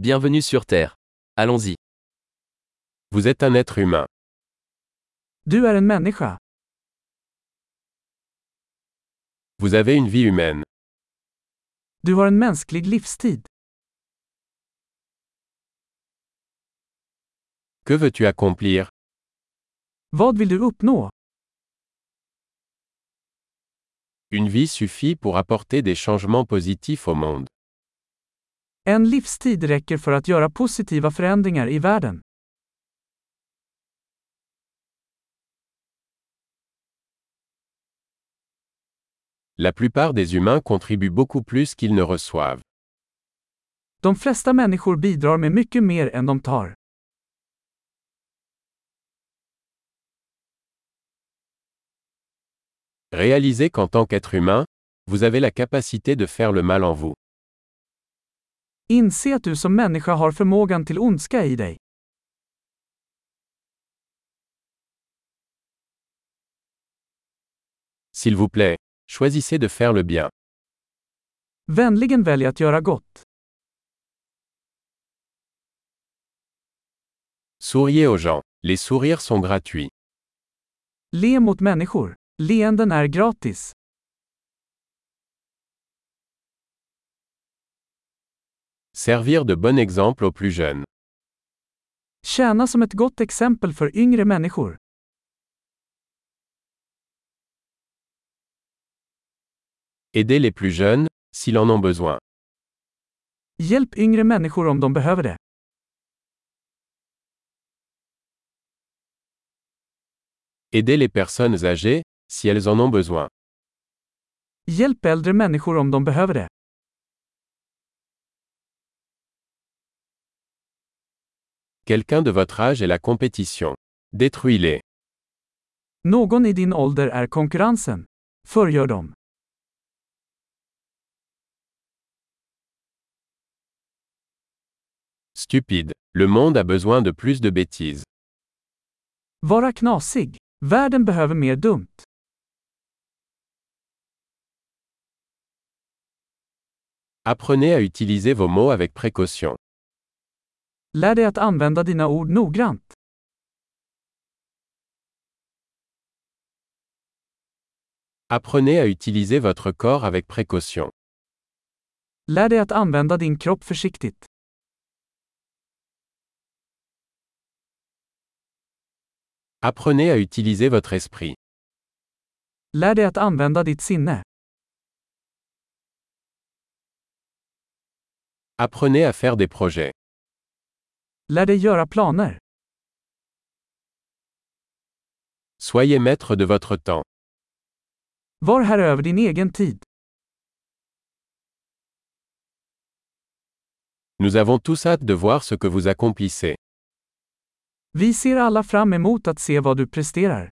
Bienvenue sur Terre. Allons-y. Vous êtes un être humain. Du är en människa. Vous avez une vie humaine. Du har en mänsklig livstid. Que veux-tu accomplir Vad vill du uppnå? Une vie suffit pour apporter des changements positifs au monde. En livstid räcker för att göra positiva förändringar i världen. La plupart des humains contribuent beaucoup plus qu'ils ne reçoivent. De flesta människor bidrar med mycket mer än de tar. Réalisez qu'en tant qu'être humain, vous avez la capacité de faire le mal en vous. Inse att du som människa har förmågan till ondska i dig. S'il vous plaît, choisissez de faire le bien. Vänligen välj att göra gott. Souriez aux gens. Les sourires sont gratuits. Le mot människor. Leenden är gratis. Servir de bon exemple aux plus jeunes. Tjäna som ett gott exempel för yngre människor. Aidez les plus jeunes, s'ils en ont besoin. Hjälp yngre människor om de behöver det. Aidez les personnes âgées, si elles en ont besoin. Hjälp äldre människor om de behöver det. Quelqu'un de votre âge est la compétition. Détruis-les. Någon i din ålder är konkurrensen. Förgör dem. Stupide. Le monde a besoin de plus de bêtises. Vara knasig. Världen behöver mer dumt. Apprenez à utiliser vos mots avec précaution. Lär dig att använda dina ord noggrant. Apprenez à utiliser votre corps avec précaution. Lär dig att använda din kropp försiktigt. Apprenez à utiliser votre esprit. Lär dig att använda ditt sinne. Apprenez à faire des projets. Lär dig göra planer. Soyez maître de votre temps. Var här över din egen tid. Nous avons tous hâte de voir ce que vous accomplissez. Vi ser alla fram emot att se vad du presterar.